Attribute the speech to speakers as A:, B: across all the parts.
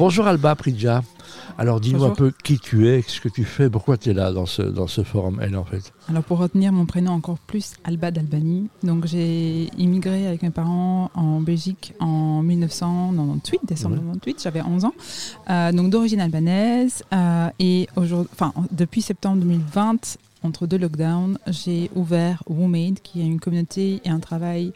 A: Bonjour Alba Pridja. Alors dis-nous un
B: Bonjour.
A: peu qui tu es, ce que tu fais, pourquoi tu es là dans ce, dans ce forum Elle en fait.
B: Alors pour retenir mon prénom encore plus, Alba d'Albanie. Donc j'ai immigré avec mes parents en Belgique en 1998, décembre
A: Ouais.
B: 1998, j'avais 11 ans. Euh, donc d'origine albanaise euh, et aujourd'hui, enfin en- depuis septembre 2020, entre deux lockdowns, j'ai ouvert Womade, qui est une communauté et un travail,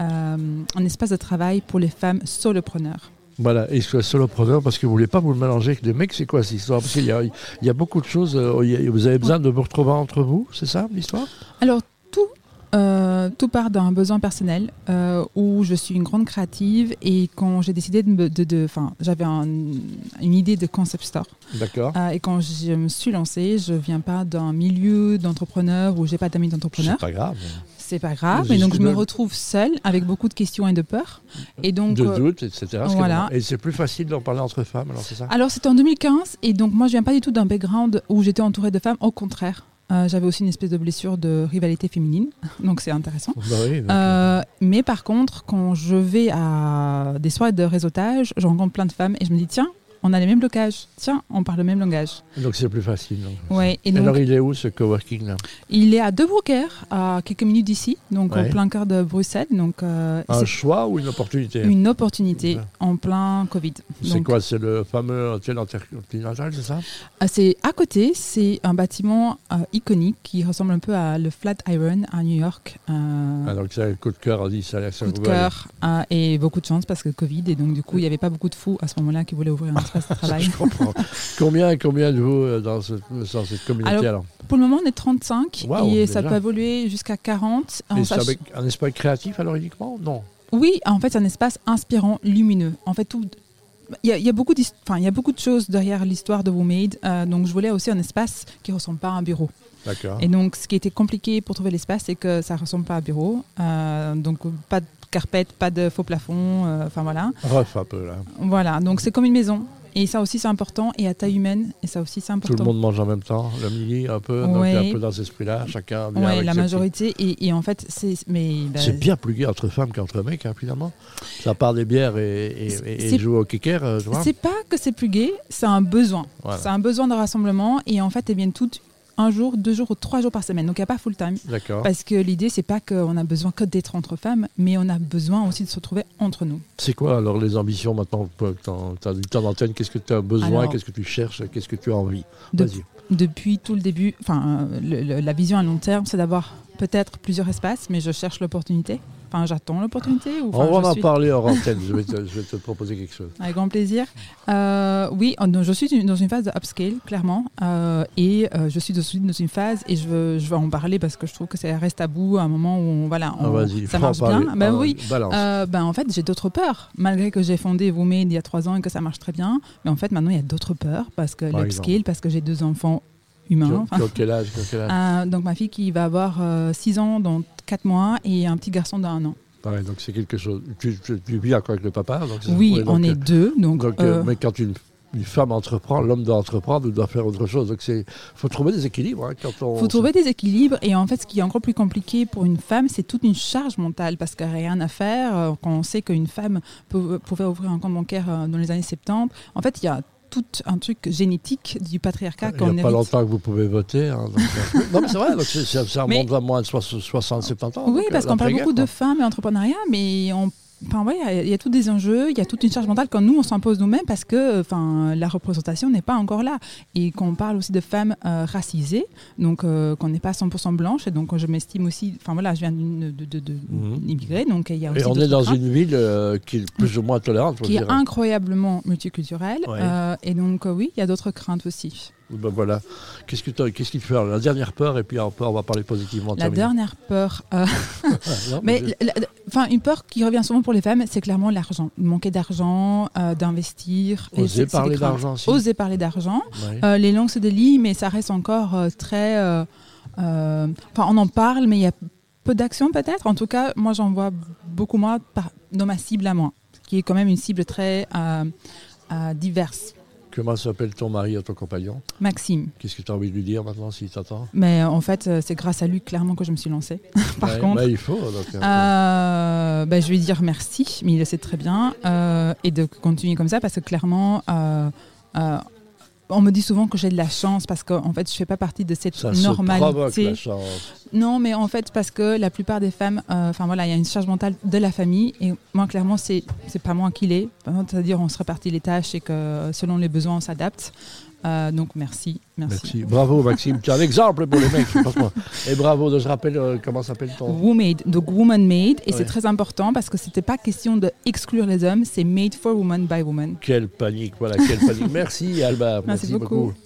B: euh, un espace de travail pour les femmes solopreneurs.
A: Voilà, et soit solopreneur parce que vous voulez pas vous le mélanger avec des mecs, c'est quoi cette histoire Parce qu'il y a, il y a beaucoup de choses, euh, il y a- vous avez besoin de vous retrouver entre vous, c'est ça l'histoire
B: Alors tout, euh, tout part d'un besoin personnel euh, où je suis une grande créative et quand j'ai décidé de, me- de, de- 'fin, j'avais un- une idée de concept store
A: D'accord.
B: Euh, et quand je me suis lancée, je viens pas d'un milieu d'entrepreneur où j'ai pas d'amis
A: C'est
B: d'entrepreneur.
A: pas grave.
B: C'est pas grave.
A: Juste
B: Et donc je me
A: de-
B: retrouve seule avec beaucoup de questions et de peurs. Et donc
A: de
B: euh,
A: doute, etc. ce
B: voilà. Ah.
A: qui est normal. Et c'est plus facile d'en parler entre femmes, alors c'est ça
B: Alors c'était en 2015 et donc moi je viens pas du tout d'un background où j'étais entourée de femmes. Au contraire, Euh, j'avais aussi une espèce de blessure de rivalité féminine. Donc c'est intéressant.
A: Bah oui, donc, euh,
B: Euh, mais par contre, quand je vais à des soirées de réseautage, je rencontre plein de femmes et je me dis tiens, on a les mêmes blocages. Tiens, on parle le même langage.
A: euh, donc c'est plus facile. donc.
B: Ouais. Et donc,
A: alors il est où ce coworking là
B: il est à De Broekers, à quelques minutes d'ici, donc
A: Ouais. Ah,
B: en plein cœur de Bruxelles. Donc euh,
A: Un
B: c'est
A: choix ou une opportunité
B: une opportunité
A: Super.
B: en plein Covid.
A: C'est
B: Donc,
A: quoi C'est le fameux hôtel intercontinental, c'est ça
B: euh, C'est à côté, c'est un bâtiment euh, iconique qui ressemble un peu à le Flatiron à New York. Euh,
A: Ah, donc c'est un coup de cœur, on dit ça, ça
B: coup de
A: vous va aller.
B: cœur hein, et beaucoup de chance parce que Covid et donc du coup il n'y avait pas beaucoup de fous à ce moment-là qui voulaient ouvrir un espace de travail.
A: Je comprends. combien, combien de vous euh, dans, ce- dans cette communauté alors,
B: Pour le moment, on est 35
A: Waouh,
B: et ça
A: déjà.
B: peut évoluer jusqu'à 40.
A: Et
B: En
A: c'est
B: sach-
A: avec un espace créatif alors uniquement Non.
B: Oui, en fait, c'est un espace inspirant, lumineux. En fait, tout. Il y, a, il y a beaucoup d'hist- enfin, il y a beaucoup de choses derrière l'histoire de WoMade, euh, donc je voulais aussi un espace qui ne ressemble pas à un bureau.
A: D'accord.
B: Et donc ce qui était compliqué pour trouver l'espace, c'est que ça ne ressemble pas à un bureau, Euh, donc pas de carpette, pas de faux plafond, euh, enfin voilà.
A: Rough un peu là.
B: Voilà, donc c'est comme une maison, et ça aussi c'est important, et à taille humaine, et ça aussi
A: Tout
B: c'est important.
A: le monde mange en même temps, le midi un peu, donc
B: Ouais.
A: il y a un peu dans cet esprit-là, chacun vient
B: Ouais,
A: avec
B: la
A: ses
B: majorité, et, et en fait c'est... mais bah,
A: petits- C'est bien plus gai entre femmes qu'entre mecs hein, finalement. Ça part des bières et, et,
B: C'est-
A: et- et
B: c'est-
A: jouer au kicker, euh, tu vois.
B: C'est pas que c'est plus gay, c'est un besoin.
A: Voilà.
B: C'est un besoin de rassemblement et en fait, elles viennent toutes un jour, deux jours ou trois jours par semaine. Donc il n'y a pas full time.
A: D'accord.
B: Parce que l'idée, c'est pas qu'on a besoin que d'être entre femmes, mais on a besoin aussi de se retrouver entre nous.
A: C'est quoi alors les ambitions maintenant Tu as du temps d'antenne, qu'est-ce que tu as besoin,
B: Alors-
A: qu'est-ce que tu cherches, qu'est-ce que tu as envie
B: De-
A: Vas-y.
B: depuis tout le début, enfin, euh, le- le- la vision à long terme, c'est d'avoir peut-être plusieurs espaces, mais je cherche l'opportunité. Enfin, j'attends l'opportunité. Ou, enfin,
A: On va
B: je
A: en
B: suis-
A: parler hors antenne, je vais te- je vais te proposer quelque chose.
B: Avec grand plaisir. Euh, oui, en- donc, je suis une- dans une phase de upscale, clairement. euh, et euh, je suis aussi dans une phase, et je veux, je veux en parler parce que je trouve que ça reste tabou à un moment où on, voilà,
A: Ah,
B: on-
A: vas-y,
B: ça
A: prends
B: marche
A: par
B: bien.
A: les-
B: Ben
A: ah,
B: oui.
A: Balance.
B: Euh, ben en fait, j'ai d'autres peurs, malgré que j'ai fondé Womed il y a trois ans et que ça marche très bien. Mais en fait, maintenant, il y a d'autres peurs parce que
A: Par
B: l'upscale,
A: exemple.
B: parce que j'ai deux enfants humains.
A: Tu-
B: enfin.
A: tu as quel âge, tu as quel âge
B: Euh, donc ma fille qui va avoir 6 ans dans 4 mois et un petit garçon d'un an.
A: Ouais, donc c'est quelque chose. Tu, tu- tu vis encore avec le papa donc c'est-
B: Oui,
A: ouais, donc,
B: on est
A: euh,
B: deux, donc,
A: donc, euh,
B: euh,
A: mais quand une, une femme entreprend, l'homme doit entreprendre, il doit faire autre chose. Donc c'est faut trouver des équilibres. hein, quand on,
B: faut trouver des équilibres et en fait ce qui est encore plus compliqué pour une femme c'est toute une charge mentale parce qu'elle n'a rien à faire euh, quand on sait qu'une femme peut- pouvait ouvrir un compte bancaire euh, dans les années 70 en fait il y a tout un truc génétique du patriarcat
A: Il
B: qu'on
A: n'y a pas
B: hérite
A: longtemps que vous pouvez voter. hein, donc, euh, non, mais c'est vrai, donc c'est- c'est- ça
B: Mais-
A: remonte à moins de 60, 70 ans.
B: oui
A: donc,
B: parce
A: euh,
B: qu'on parle
A: l'après-guerre,
B: beaucoup de
A: quoi.
B: femmes et entrepreneuriat mais on Enfin, ouais, il y a- il y a tous des enjeux, il y a toute une charge mentale quand nous on s'impose nous-mêmes parce que enfin, la représentation n'est pas encore là. Et quand on parle aussi de femmes euh, racisées, donc euh, qu'on n'est pas 100% blanche, et donc je m'estime aussi, enfin voilà, je viens d'une de, de, de-
A: Mhm.
B: d'immigrés, donc il y a aussi
A: Et on
B: d'autres
A: est dans
B: freins
A: une ville euh, qui est plus ou moins tolérante. faut
B: qui
A: dire. hein.
B: est incroyablement multiculturelle.
A: Ouais.
B: euh, et donc euh, oui, il y a d'autres craintes aussi.
A: Ben voilà. Qu'est-ce que t'as- qu'est-ce qu'il faut faire La dernière peur, et puis après, on va parler positivement.
B: La
A: terminé.
B: dernière peur, euh,
A: Non,
B: Mais
A: je-
B: la- la- enfin, une peur qui revient souvent pour les femmes, c'est clairement l'argent. Manquer d'argent, euh, d'investir. et c'est- c'est
A: Oser
B: des
A: parler
B: craintes.
A: d'argent. si.
B: Oser parler d'argent.
A: Ouais.
B: Euh, les langues se délient, mais ça reste encore euh, très. euh, euh, Enfin, on en parle, mais il y a peu d'action peut-être. En tout cas, moi, j'en vois beaucoup moins par- dans ma cible à moi, qui est quand même une cible très euh, euh, diverse.
A: Comment s'appelle ton mari à ton compagnon
B: Maxime.
A: Qu'est-ce que tu as envie de lui dire maintenant s'il t'attend
B: Mais euh, en fait, euh, c'est grâce à lui clairement que je me suis lancée. Par
A: Ouais,
B: contre,
A: bah, il faut. donc, euh,
B: Euh, bah, je vais lui dire merci, mais il le sait très bien, euh, et de continuer comme ça parce que clairement, euh, euh, on me dit souvent que j'ai de la chance parce qu'en fait, je fais pas partie de cette
A: ça se provoque
B: normalité.
A: la chance.
B: Non, mais en fait, parce que la plupart des femmes, euh, enfin voilà, il y a une charge mentale de la famille, et moi clairement, c'est c'est pas moi qui l'ai. Vraiment, C'est-à-dire, on se répartit les tâches et que selon les besoins, on s'adapte. Euh, donc merci, merci.
A: Merci. Bravo Maxime, tu es un exemple pour les mecs. franchement. Et bravo de se rappeler euh, comment s'appelle ton...
B: Woman-made, donc woman made, et
A: Ouais.
B: c'est très important parce que c'était pas question d'exclure les hommes, c'est made for woman by woman.
A: Quelle panique, voilà, quelle panique. Merci Albert, merci,
B: Merci beaucoup.